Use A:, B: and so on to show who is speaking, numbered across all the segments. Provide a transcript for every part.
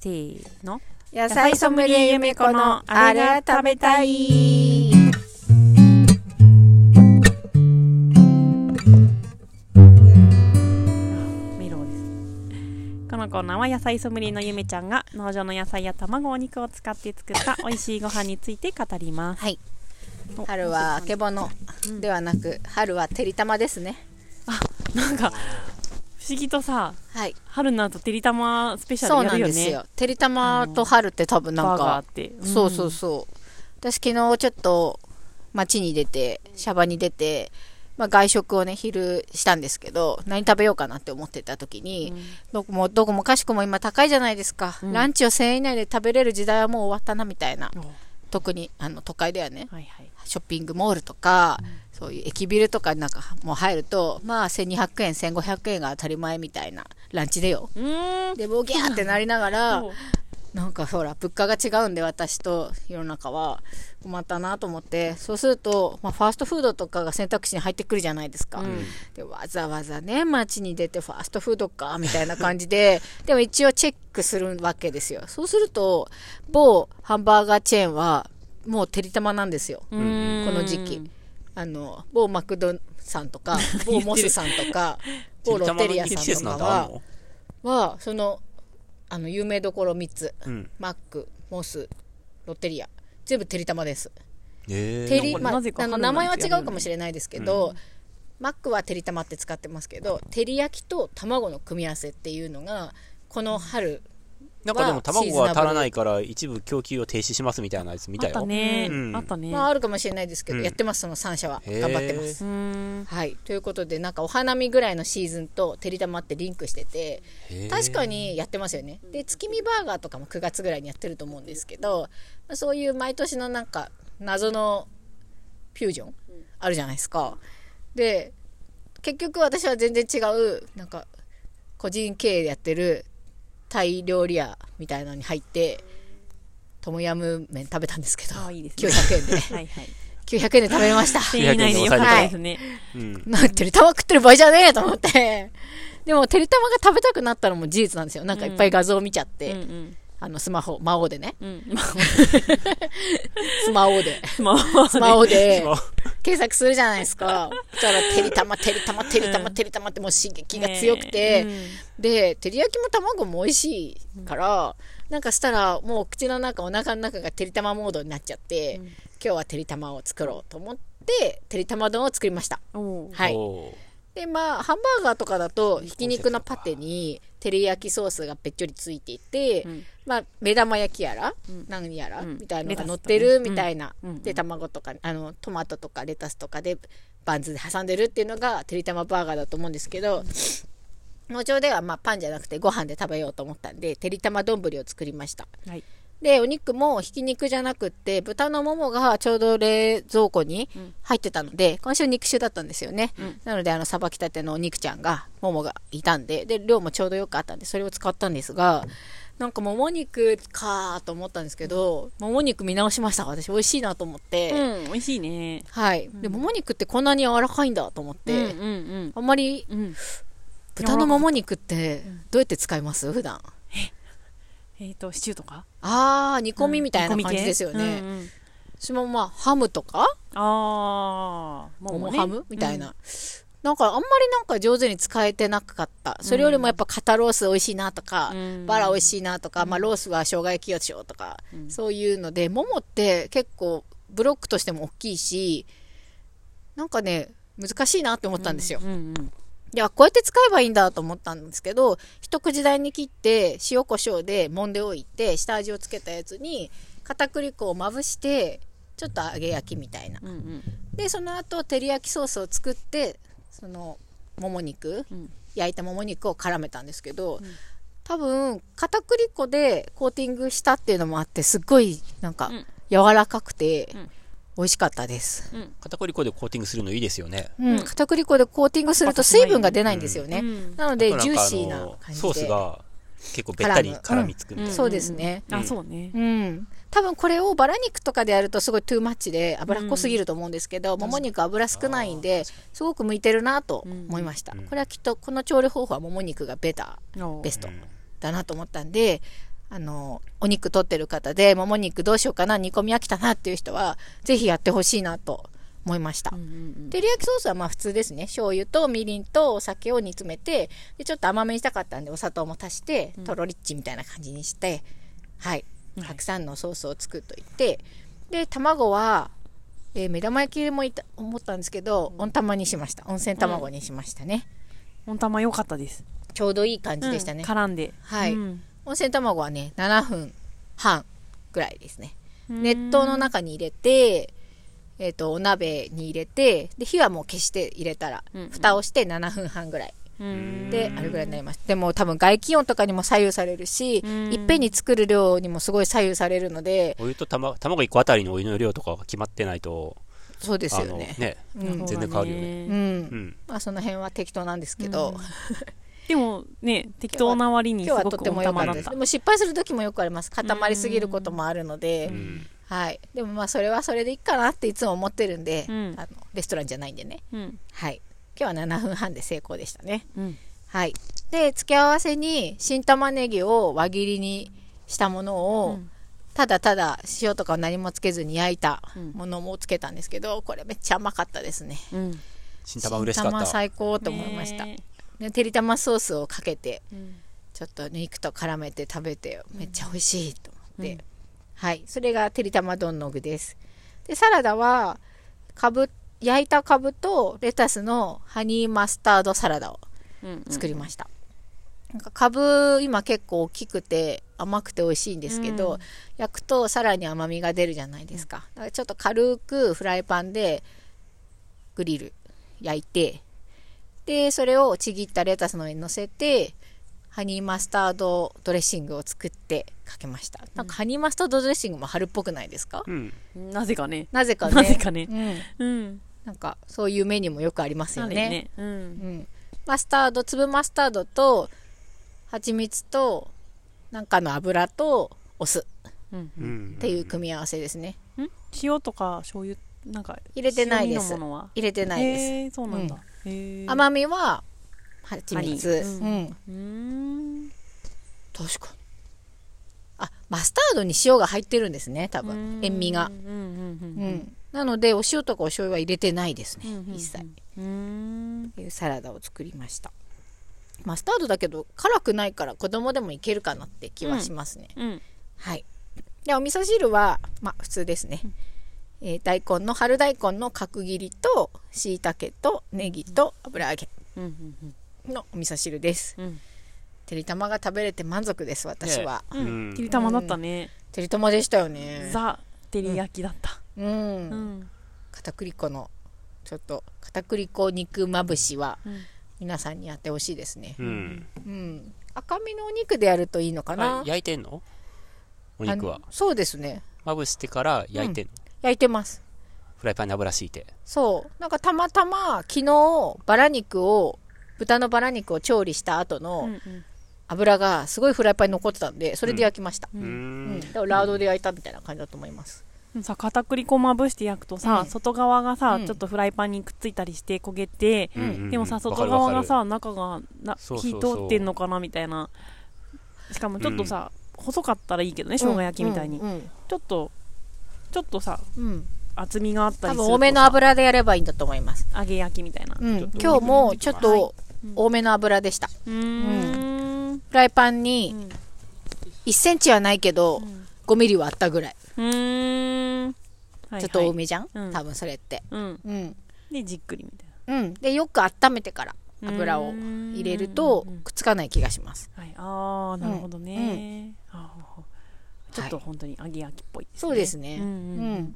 A: せーの
B: 野菜ソムリエゆめこのあれが食べたい
A: メロですこのコーナーは野菜ソムリエのゆめちゃんが農場の野菜や卵お肉を使って作った美味しいご飯について語ります
B: はい
A: お
B: 春はあけぼの
A: うん
B: ではなく春はてりたまですね
A: なんか不思議とさ
B: はい
A: 春の後てりたまスペシャ
B: そう
A: ル
B: な
A: やる
B: ん
A: よ
B: で
A: ね
B: すよてりたまと春って多分なん
A: バーガー
B: か
A: って、ん
B: そうそうそう私昨日ちょっと街に出てシャバに出てまあ外食をね昼したんですけど何食べようかなって思ってた時にどこもどこもかしこも今高いじゃないですか
A: うん
B: ランチを1000円以内で食べれる時代はもう終わったなみたいな
A: おは
B: 特にあの都会ではね
A: いはい
B: ショッピングモールとか、そういう駅ビルとかなんかもう入るとまあ1200円1500円が当たり前みたいなランチでよ
A: うーん
B: でボギャーってなりながら
A: そう
B: なんかほら物価が違うんで私と世の中は困ったなと思ってそうすると、まあ、ファーストフードとかが選択肢に入ってくるじゃないですか、
A: うん
B: でわざわざね街に出てファーストフードかみたいな感じで でも一応チェックするわけですよそうすると某ハンバーガーチェーンはもうてりたまなんですよ
A: うーん
B: この時期あの某マクドさんと か某モスさんとか某ロッテリアさんとかははそのあの有名どころ3つ
C: うん。
B: マックモスロッテリア全部てりたまです
C: え
B: て
C: ー
B: り、
A: なんか
B: まあ、
A: なぜか
B: あの
A: 春
B: 名
A: なんです
B: 前
A: よ
B: は違うかもしれないですけど、マックはてりたまって使ってますけどてり焼きと卵の組み合わせっていうのがこの春
C: なんかでも卵が足らないから一部供給を停止しますみたいなやつ見
A: あ
C: た
A: っ
C: よ。
A: たね、
C: うん
A: あったね、
B: まああるかもしれないですけど、
C: うん
B: やってますその3社は
C: へー
B: 頑張ってます
A: うーん
B: はい、ということでなんかお花見ぐらいのシーズンとてりたまってリンクしてて
C: へー
B: 確かにやってますよねで月見バーガーとかも9月ぐらいにやってると思うんですけどまあそういう毎年のなんか謎のフュージョンあるじゃないですかで結局私は全然違うなんか個人経営でやってるタイ料理屋みたいなのに入ってトムヤム麺食べたんですけど
A: ああいいですね
B: 900円で
A: はいはい
B: 900円で食べました
A: 1000円以内でよかったですね、
C: うん。
B: なんかてりたま食ってる場合じゃねえと思って。でも、てりたまが食べたくなったのも事実なんですよ。なんかいっぱい画像を見ちゃって、
A: うんうん
B: あの、スマホ、魔王でね。
A: うんまあ
B: スマ王で。
A: スマホは
B: スマ
A: ね
B: 王で
C: マホ、
B: 検索するじゃないですか。そしたら、てりたま、てりたま、てりたま、てりたまってもう刺激が強くて、
A: ね
B: で、照り焼きも卵も美味しいから、なんかしたら、もう口の中、お腹の中がてりたまモードになっちゃって、今日はてりたまを作ろうと思って、てりたま丼を作りました。
A: うんおう
B: はい。
C: おー
B: でまあハンバーガーとかだとひき肉のパテに照り焼きソースがべっちょりついていて、
A: ん
B: まあ目玉焼きやら、
A: ん
B: 何やら、
A: うん
B: みたいな
A: レタスとか
B: のが
A: ね
B: 乗ってるみたいな、
A: うんうん
B: で卵とかあのトマトとかレタスとかでバンズで挟んでるっていうのがてりたまバーガーだと思うんですけど、農場ではまあパンじゃなくてご飯で食べようと思ったんでてりたま丼を作りました
A: はい
B: でお肉もひき肉じゃなくって豚のももがちょうど冷蔵庫に入ってたので、今週肉酒だったんですよね、なのであのさばきたてのお肉ちゃんがももがいたんでで量もちょうどよくあったんでそれを使ったんですがなんかもも肉かーと思ったんですけどもも肉見直しました私美味しいなと思って、
A: うん美味しいね
B: はいでもも肉ってこんなに柔らかいんだと思って、
A: うんうん
B: あんまり
A: うんうん
B: 豚のもも肉ってどうやって使います普段
A: えっ、とシチューとか
B: あー煮込みみたいな感じですよね、
A: うんうん
B: 私もまあハムとか
A: ああ
B: 桃
A: ね
B: ハムみたいな、なんかあんまりなんか上手に使えてなかったそれよりもやっぱ肩ロース美味しいなとか、
A: うん
B: バラ美味しいなとか、まあ、ロースは生姜焼きよしようとか、そういうのでももって結構ブロックとしても大きいしなんかね難しいなって思ったんですよ、
A: うんうん
B: いやこうやって使えばいいんだと思ったんですけど一口大に切って塩コショウで揉んでおいて下味をつけたやつに片栗粉をまぶしてちょっと揚げ焼きみたいな
A: うんうん
B: でその後照り焼きソースを作ってそのもも肉、
A: ん
B: 焼いたもも肉を絡めたんですけど、多分片栗粉でコーティングしたっていうのもあってすっごいなんか
A: ん
B: 柔らかくて
A: ん
B: 美味しかったです、
C: 片栗粉でコーティングするのいいですよね。
B: うん片栗粉でコーティングすると水分が出ないんですよね、
A: うん
B: なの
C: あ
B: で
C: となんか
B: ジューシー
C: あ
B: な
C: の
B: 感じで
C: ソースが結構べったり
B: 絡む
C: 絡みつくみたいな。
B: そうですね
A: あそうね
B: うん、多分これをバラ肉とかでやるとすごいトゥーマッチで脂っこすぎると思うんですけど、もも肉脂少ないんですごく向いてるなと思いました、
C: うん
B: これはきっとこの調理方法はもも肉がベター
A: おう
B: ベスト
C: うん
B: だなと思ったんであの、お肉取ってる方で、もも肉どうしようかな、煮込み飽きたなっていう人は、ぜひやってほしいなと思いました。
A: うんうんうん
B: 照り焼きソースはまあ普通ですね醤油とみりんとお酒を煮詰めてでちょっと甘めにしたかったんでお砂糖も足して
A: うん
B: とろりっちみたいな感じにして、はい
A: はい
B: たくさんのソースを作っといてで卵は、えー目玉焼きもいた思ったんですけど温玉にしました温泉卵にしましたね、
A: 温玉良かったです。
B: ちょうどいい感じでしたね、
A: うん絡んで。
B: はい
A: うん
B: 温泉卵はね7分半ぐらいですね熱湯の。中に入れて、えっとお鍋に入れてで火はもう消して入れたら、
A: うんうん
B: 蓋をして7分半ぐらい
A: うん
B: であれぐらいになりますでも多分外気温とかにも左右されるし、
A: うん
B: いっぺんに作る量にもすごい左右されるので
C: お湯と卵卵1個あたりのお湯の量とかが決まってないと、
B: そうです
C: あ
B: よ
C: の
B: ね
C: ね、
B: うん
C: 全然変わるよね
B: う
A: ね。
B: ん
C: うん、
B: まあその辺は適当なんですけど、
A: うんでもね、適当な割に
B: 今
A: す
B: 日は
A: ご
B: とっ
A: く
B: ても
A: 温
B: 良か
A: 玉
B: った
A: だっ
B: です
A: た
B: で。も失敗する時もよくあります固まりすぎることもあるので、
C: うん
B: はいでもまあそれはそれでいいかなっていつも思ってるんで、
A: うん
B: あのレストランじゃないんでね
A: うん。
B: はい今日は7分半で成功でしたね
A: うん。
B: はい。で、付け合わせに新玉ねぎを輪切りにしたものを、
A: うん
B: ただただ塩とかを何もつけずに焼いた
A: うん
B: ものもつけたんですけど、これめっちゃ甘かったですね。
A: うん。
C: 新玉嬉しか
B: 新玉
C: った。
B: 最高と思いました。
A: ね
B: で、てりたまソースをかけて、
A: えうん
B: ちょっと肉と絡めて食べて、めっちゃ美味しいと思って。
A: うん
B: はい。それがてりたまどんの具です。で、サラダは、かぶ、焼いたかぶとレタスのハニーマスタードサラダを
A: うん。
B: 作りました、なんか株今結構大きくて甘くて美味しいんですけど、
A: うん
B: 焼くとさらに甘みが出るじゃないですか,、だからちょっと軽くフライパンでグリル焼いてでそれをちぎったレタスの上に乗せてハニーマスタードドレッシングを作ってかけましたなんかハニーマスタードドレッシングも春っぽくないですか、
C: うん、
A: うん。なぜかね。
B: なぜかね
A: なぜかね
B: うん、
A: うん。
B: なんかそういうメニューもよくありますよ
A: なる
B: ね
A: よね。う。
B: うんん、マスタード粒マスタードと蜂蜜となんかの油とお酢
A: うん。
C: う
A: うん
B: っ
C: ん、
B: ていう組み合わせですね
A: 塩とか醤油なんか
B: 入れてないで
A: 塩
B: す
A: 味のものは
B: 入れてないです、
A: へえそうなんだ。へえ。
B: 甘みは蜂
A: ハ
B: 蜜
A: ニーう
B: う、
A: んんうーん。
B: 確かにあマスタードに塩が入ってるんですね多
A: う
B: 分
A: ん
B: 塩味が
A: うんうん
B: う、
A: うんん
B: なのでお塩とかお醤油は入れてないですね、
A: うんうんうん
B: 一切っ
A: うーん。
B: ていうサラダを作りましたマスタードだけど辛くないから子供でもいけるかなって気はしますね、
A: うん。
B: はい。で、お味噌汁は、まあ、普通ですね。えー大根の、春大根の角切りと、椎茸と、ネギと、油揚げ
A: うんうん
B: のお味噌汁です。
A: うん
B: てりたまが食べれて満足です、私は。
A: うん
C: う
A: うんん。きりたまだったね。
B: てりたまでしたよね。
A: ザ照り焼きだった。
B: う。
A: うんん。
B: 片栗粉の、ちょっと、片栗粉肉まぶしは、
A: うん
B: 皆さんにやってほしいですね
C: う。ん
B: うん。赤身のお肉でやるといいのか
C: あ
B: な。
C: 焼いてんのお肉
B: あ
C: は
B: の。そうですね。
C: まぶしてから焼いてんの、
B: 焼いてます。
C: フライパンに油敷いて。
B: そう。なんかたまたま昨日、バラ肉を、豚のバラ肉を調理した後
A: う
B: の
A: んうん
B: 油がすごいフライパンに残ってたんで、それで焼きました。
C: う
A: うん
B: うん。
C: ん
B: だからラードで焼いたみたいな感じだと思います。
A: うんさ片栗粉まぶして焼くとさ、
B: うん
A: 外側がさ、
B: うん
A: ちょっとフライパンにくっついたりして焦げて、
C: うんうん
A: でもさ外側が、
C: わ
A: さ中がな
C: そうそう
A: 火
C: そ
A: 通
C: う
A: ってんのかなみたいなしかもちょっとさ、細かったらいいけどね生姜焼きみたいに、
B: うん。うん
A: ちょっとちょっとさ
B: うん
A: 厚みがあった
B: 多
A: りすると
B: 分
A: さ
B: 多めの油でやればいいんだと思います。
A: 揚げ焼きみたいな
B: う
C: ちょ
B: ん
C: っ。と
B: 今日もちょっと
A: うん
B: 多めの油でした。
A: うーん
B: フライパン
A: う
B: に
A: ん
B: 1センチはないけど、5ミリはあったぐらい。
A: うーんはいはい
B: ちょっと多めじゃん
A: うん
B: 多分それって。
A: うん
B: うん。
A: でじっくりみたい
B: うん。で、よく温めてから
A: な
B: 油を
A: うーん
B: 入れると
A: うんうん
B: くっつかない気がします。
A: はい、ああなるほどね、あーちょっと
B: は
A: 本当に揚げ焼きっぽいです、ね、
B: そうですね
A: うん
B: う
A: うん
B: ん。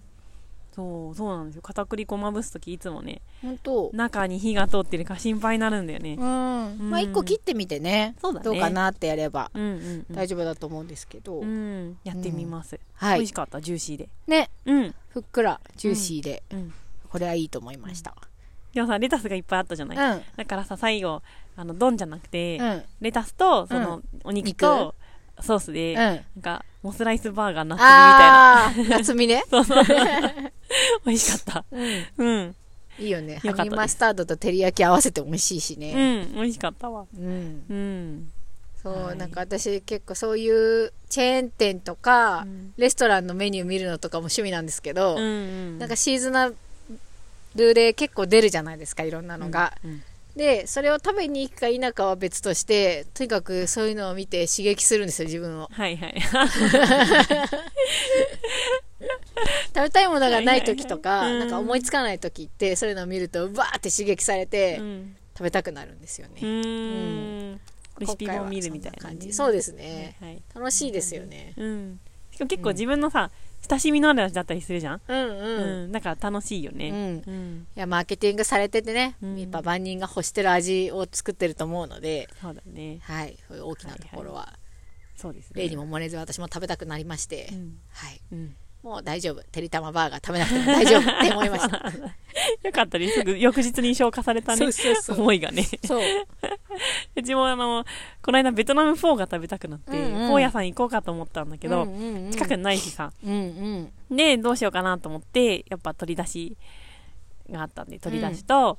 A: そうそうなんですよ片栗粉まぶす時いつもね
B: 本当。
A: 中に火が通ってるか心配になるんだよね
B: う、ん。まあ
A: うん
B: 一個切ってみてね。
A: そうだね
B: どうかなってやれば
A: うん、うんうん
B: 大丈夫だと思うんですけど
A: う。ん、やってみます、
B: は
A: 美
B: い
A: 味し。かったジューシーで
B: ね、
A: うん
B: ふっくらジューシーで、
A: うん
B: これはいいと思いました。
A: でもさレタスがいっぱいあったじゃ
B: う
A: ない、
B: ん。うん。
A: だからさ最後あの丼じゃなくて、
B: うん。
A: レタスとその、お肉とソースで、
B: あ
A: なんかモスライスバーガーなってるみたいな
B: あー、夏みね。
A: そうそう美味しかった
B: うん。
A: うん
B: いいよね。ハ
A: よかったです
B: ニーマスタードと照り焼き合わせて美味しいし
A: う
B: ね。
A: ん美味しかったわ
B: うん。
A: うん
B: そう、
A: はい
B: なんか私結構そういうチェーン店とか、
A: うん
B: レストランのメニュー見るのとかも趣味なんですけど、
A: うんうん、
B: なんかシーズナルで結構出るじゃないですかいろんなのが、
A: うんうん
B: でそれを食べに行くか否かは別としてとにかくそういうのを見て刺激するんですよ自分を
A: はいはい
B: 食べたいものがない時と
A: はい
B: か
A: はいはいうん
B: なんか思いつかない時ってそういうのを見るとバーって刺激されて、
A: うん
B: 食べたくなるんですよ
A: う
B: ね、
A: ーんレシピ
B: 今回
A: 本
B: は
A: 見るみたいな
B: そん感じ
A: ね
B: そうですね
A: はいはい
B: 楽しいですよね、
A: うん、しかも結構自分のさ、親しみのある味だったりするじゃん、
B: うんう、
A: うんんだから楽しいよね、
B: うん
A: うん、
B: いやマーケティングされててね、
A: うん
B: やっぱ万人が欲してる味を作ってると思うので、
A: そうだね
B: はい、そういう大きなところは、
A: そうですね
B: 例にも漏れず私も食べたくなりまして、
A: うん
B: はい、
A: うん、
B: もう大丈夫てりたまバーガー食べなくても大丈夫 って思い ました
A: よかったですすぐ翌日に消化されたね
B: そうそうそう
A: 思いがね
B: そう
A: うちもあのこの間ベトナムフォーが食べたくなって、
B: うんうん
A: フォー屋さん行こうかと思ったんだけど、
B: うんうんうん、
A: 近くにないしさ
B: うんうん
A: でどうしようかなと思ってやっぱ取り出しがあったんで取り出しと、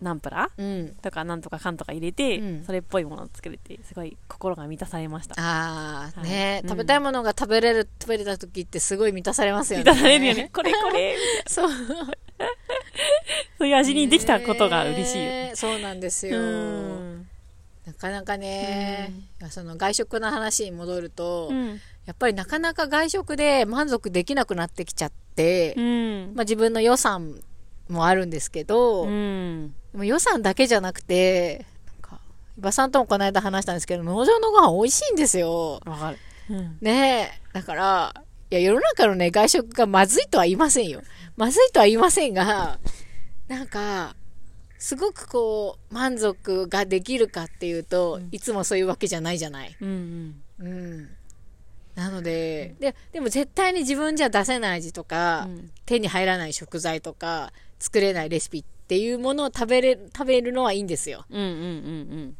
A: ナンプラ
B: うん
A: とかなんとかかんとか入れて、
B: うん
A: それっぽいものを作れてすごい心が満たされました
B: ああ
A: はい
B: ね、
A: うん
B: 食べたいものが食べれる食べれた時ってすごい満たされますよね
A: 満たされるよねこれこれ
B: そう
A: そういう味にできたことが嬉しいよね、
B: ねそうなんです
A: う
B: よ、
A: ん
B: なかなかね、いやその外食の話に戻ると、
A: うん
B: やっぱりなかなか外食で満足できなくなってきちゃって、
A: うん
B: まあ、自分の予算もあるんですけど、
A: うん
B: でも予算だけじゃなくてなんか伊庭さんともこの間話したんですけど農場のご飯美味しいんですよ
A: わかる、うん
B: ねえだからいや世の中のね外食がまずいとは言いませんよまずいとは言いませんがなんかすごくこう満足ができるかっていうと、いつもそういうわけじゃないじゃない
A: うんうん
B: うん、なので,、ででも絶対に自分じゃ出せない味とか、
A: うん
B: 手に入らない食材とか作れないレシピっていうものを食べれ食べるのはいいんですよ
A: うんうん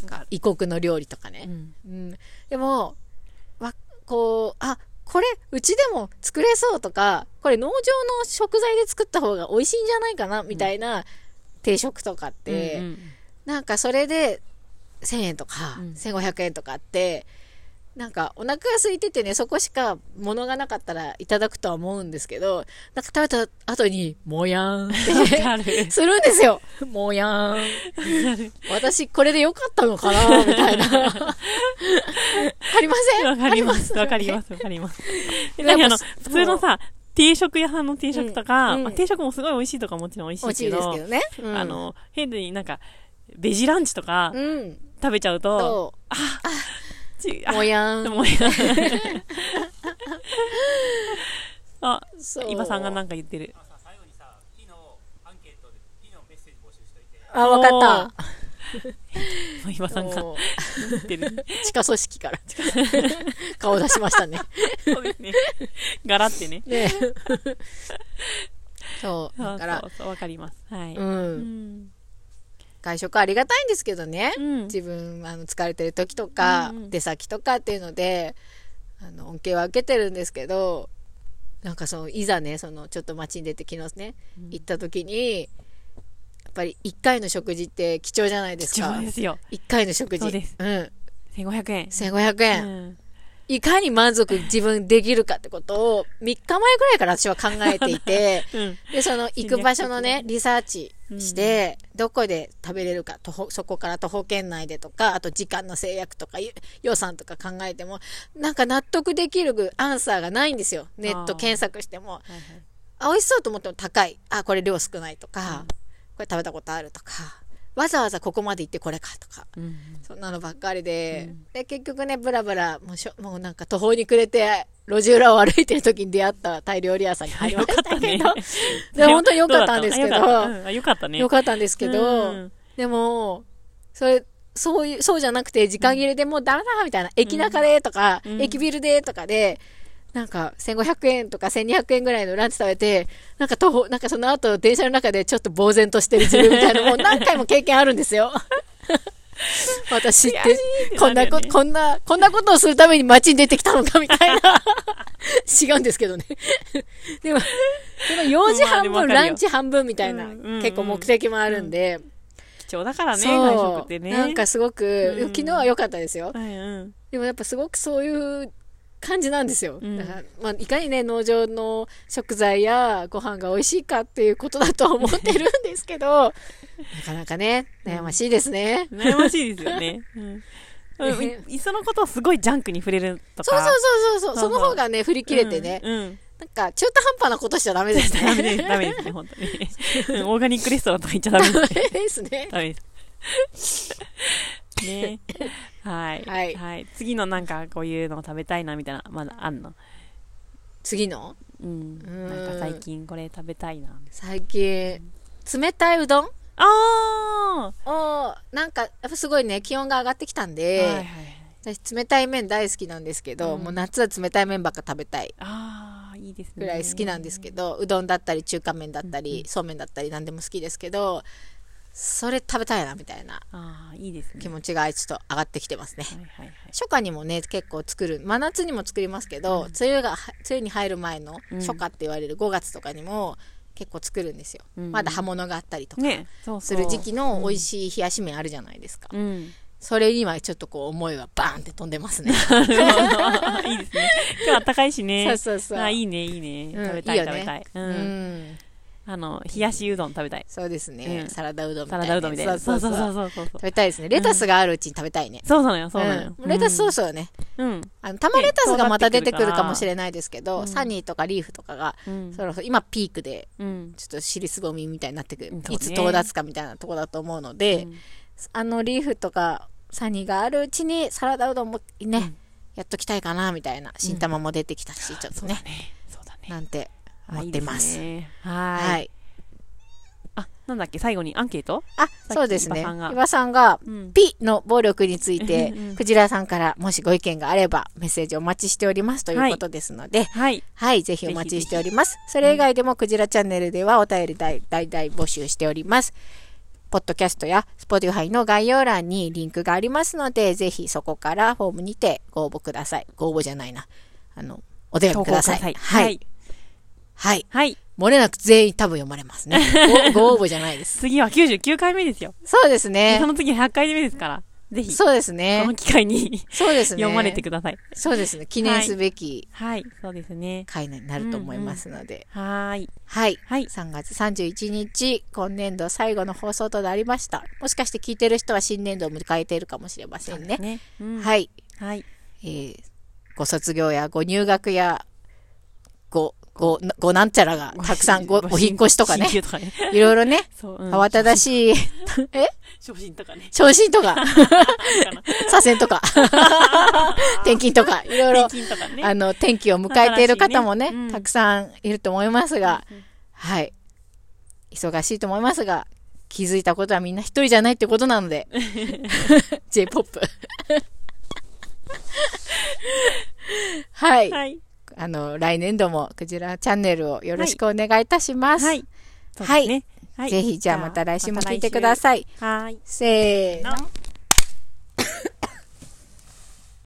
B: なんか異国の料理とか
A: うんう
B: ね、
A: ん
B: うんでもわこうあこれうちでも作れそうとかこれ農場の食材で作った方が美味しいんじゃないかなみたいな定食とかって、
A: うんうん
B: なんかそれで1000円とか、
A: うん
B: 1500円とかあってなんかお腹が空いててねそこしか物がなかったらいただくとは思うんですけどなんか食べた後にもやーん
A: わか
B: っ
A: る
B: てするんですよもやーん私これでよかったのかな みたいなありません
A: わか
B: あ
A: りますわかりますわかりますで何あの
B: そ
A: 普通のさ定食屋さんの定食とか、
B: うんうん
A: まあ、定食もすごい美味しいとかもちろん美味
B: 美
A: し
B: 味
A: い
B: しい
A: け
B: です
A: ど
B: けどね、うん、
A: あの変になんかベジランチとか
B: うん
A: 食べちゃうと、
B: そ
A: ち
B: う
A: あ
B: もやーん
A: も やあ、
B: そう
A: 今さんがなんか言ってる。
D: 最後にさ、ピのアンケートで、ピのメッセージ募集しといて。
B: あわかっ
A: 今
B: た
A: さんが
B: もう
A: 言ってる。
B: 地下組織 から顔出しましたね
A: そうですね。ガラってね。
B: ねそう
A: そ
B: だ
A: う
B: か
A: そ
B: ら
A: うそう、わかります。はい。
B: う
A: うんん。
B: 外食ありがたいんですけどね、
A: うん。
B: 自分あの疲れてる時とか、
A: うんうん
B: 出先とかっていうのであの恩恵は受けてるんですけどなんかそのいざねそのちょっと街に出て昨日ね、行った時にやっぱり1回の食事って貴重じゃないです
A: 貴
B: か
A: 重ですよ。
B: 1回の食事
A: そうです
B: ん、
A: 1500円。
B: 1500円、
A: うん
B: いかに満足自分できるかってことを3日前ぐらいから私は考えていて
A: うん。
B: でその行く場所の ねリサーチして、どこで食べれるか徒歩そこから徒歩圏内でとかあと時間の制約とかゆ予算とか考えてもなんか納得できるアンサーがないんですよネット
A: あー
B: 検索しても
A: はいはい
B: あ美味しそうと思っても高いあこれ量少ないとか、これ食べたことあるとかわざわざここまで行ってこれかとか
A: うん
B: そんなのばっかりで、で結局ねブラブラもうしょもうなんか途方に暮れて路地裏を歩いてる時に出会ったタイ料理屋さんに入りま
A: よか
B: し
A: ったた
B: け
A: ね
B: ど、。で本当に良かったんですけど
A: よかったうんよかったね。
B: よかったんですけど、
A: うん
B: でもそれそういうそうじゃなくて時間切れでもうダメだみたいな、駅中でとか、
A: うん
B: 駅ビルでとかでなんか1500円とか1200円ぐらいのランチ食べてなんか徒歩なんかその後電車の中でちょっと呆然としてる自分みたいなのも何回も経験あるんで すよ。私ってこんなこ
A: ってなるよね
B: こんなこんなことをするために街に出てきたのかみたいな 違うんですけどねで もでも4時半
A: まあ
B: 分
A: でもわかるよ
B: ランチ半分みたいな、
A: うんうんうん
B: 結構目的もあるんで、
A: 貴重だからね
B: そう
A: 外食ってね
B: なんかすごく、
A: うん
B: 昨日は良かったですよ
A: うんうん
B: でもやっぱすごくそういう感じなんですよ、
A: うん
B: だからまあ、いかにね農場の食材やご飯が美味しいかっていうことだとは思ってるんです けどなかなかね悩ましいですね、
A: 悩ましいですよね、 うんうん、い
B: ね
A: いっそのことすごいジャンクに触れると
B: そう
A: か
B: そうそうそうそ
A: そうそう
B: うその方がね振り切れてね、
A: うんうん
B: なんか中途半端なことしちゃダメですね
A: ダメです、ダメですね、本当 に。うんオーガニックレストランとか行っちゃダメです。
B: ダメ ですね
A: ダメです。ね。はい。
B: はい
A: 次のなんかこういうのを食べたいなみたいな、まだあんの
B: 次の
A: うん。
B: ん
A: なんか最近これ食べたいな。
B: 最近冷たいうどん
A: あ
B: をなんかやっぱすごいね気温が上がってきたん
A: ー、
B: で、
A: はいはいはい。
B: 私冷たい麺大好きなんですけど、
A: うん
B: もう夏は冷たい麺ばっか食べたい
A: あー、いいですね。
B: ぐらい好きなんですけ
A: ど。
B: ど、うどんだったり中華麺だったり、そうめんだったり何でも好きですけどそれ食べたいなみたいな
A: あー、いいですね。
B: 気持ちがちょっと上がってきてますね、
A: はいはいはい。
B: 初夏にもね結構作る真夏にも作りますけど、梅雨がは梅雨に入る前の
A: うん
B: 初夏って言われる5月とかにも結構作るんですよ、
A: うん
B: まだ刃物があったりとか
A: ね、そう
B: す
A: そう
B: る時期の美味しい冷やし麺あるじゃないですか、
A: うん。
B: それにはちょっとこう思いはバーンって飛ん でますね
A: いいですね。今日暖かいしね。
B: そうそうそう
A: あ、いいね、いいね。
B: うん
A: 食べたい、
B: いいよ
A: 食
B: ね
A: べたい。う。
B: うんん
A: あの、冷やしうどん食べたい。
B: そうですね、
A: うん
B: サラダうどんみた
A: サ
B: い
A: ラダう
B: な
A: どんみたいな。
B: そ
A: そうう
B: そ
A: そうう
B: そう
A: そうそうそうそう
B: 食。べたいですねレタスがあるうちに食べたいね、
A: そうなのよ、そうなのよ
B: ん。レタスそろそろね、
A: うん。
B: あの玉レタスがまた出てくるかもし
A: れ
B: れないですけど、
A: うん
B: サニーとかリーフとかが、
A: うん
B: そろそろ今ピークで
A: うん。
B: ちょっと尻すぼみみたいになってくる、
A: うんそうね
B: いつ到達かみたいなとこだと思うので、
A: うん
B: あのリーフとかサニーがあるうちにサラダうどんもね、やっときたいかなみたいな新玉も出てきたし、ちょっとね
A: そうだね。
B: なんて
A: あ
B: 思ってま
A: いい
B: す。
A: でねは。
B: はいい
A: あ、なんだっけ、最後にアンケート
B: あ
A: き
B: そうですね
A: 伊庭さんが
B: 伊庭さんが
A: うん。
B: ピの暴力について
A: うんうん
B: クジラさんからもしご意見があればメッセージお待ちしておりますということですので、
A: はい。
B: はい、ぜひお待ちしております。それ以外でも、クジラチャンネルではお便り大大大募集しております。ポッドキャストや Spotify の概要欄にリンクがありますので、ぜひそこからフォームにてご応募ください。ご応募じゃないな。あの、お手
A: 投
B: 紙
A: 稿
B: く
A: くだ
B: ださ
A: さ
B: い。
A: い。
B: はい、は
A: はいい。。はい
B: 漏れなく全員多分読まれますね。 ごご応募じゃないです。
A: 次は99回目ですよ。
B: そうです
A: そ
B: ね。
A: の次100回目ですから。ぜひ、こ
B: そうですね
A: の。機会に
B: そうですね。
A: 読まれてください。
B: そうですね。記念すべき
A: はい。そうですね。
B: 回になると思いますので。
A: はーい。
B: はい。
A: はい
B: 3月31日、今年度最後の放送となりました。もしかして聞いてる人は新年度を迎えているかもしれませんね。
A: ね。うんはい。
B: はい、
A: はい。
B: えーご卒業やご入学や、ご、ご、ごなんちゃらがたくさんご、お引っ越しとかね
A: 進。級と かね。
B: いろいろね、
A: そう。
B: 慌ただ
A: しい。
B: しい、え
A: 昇進とかね。
B: 昇進 とか、
A: あるかな
B: 左遷 とか、転勤とか、いろいろ
A: 転、勤とかね。
B: あの、転機を迎えている方もね
A: 新しいねうん
B: たくさんいると思いますが、はい。忙しいと思いますが、気づいたことはみんな一人じゃないってことなので、J-POP。はい。
A: はい。
B: あの、来年度もクジラチャンネルをよろしくお願いいたします。
A: はい。そうですね。はい
B: ぜひ、じゃあまた来週も聞いてください。
A: い。はーい。
B: せーの。
A: の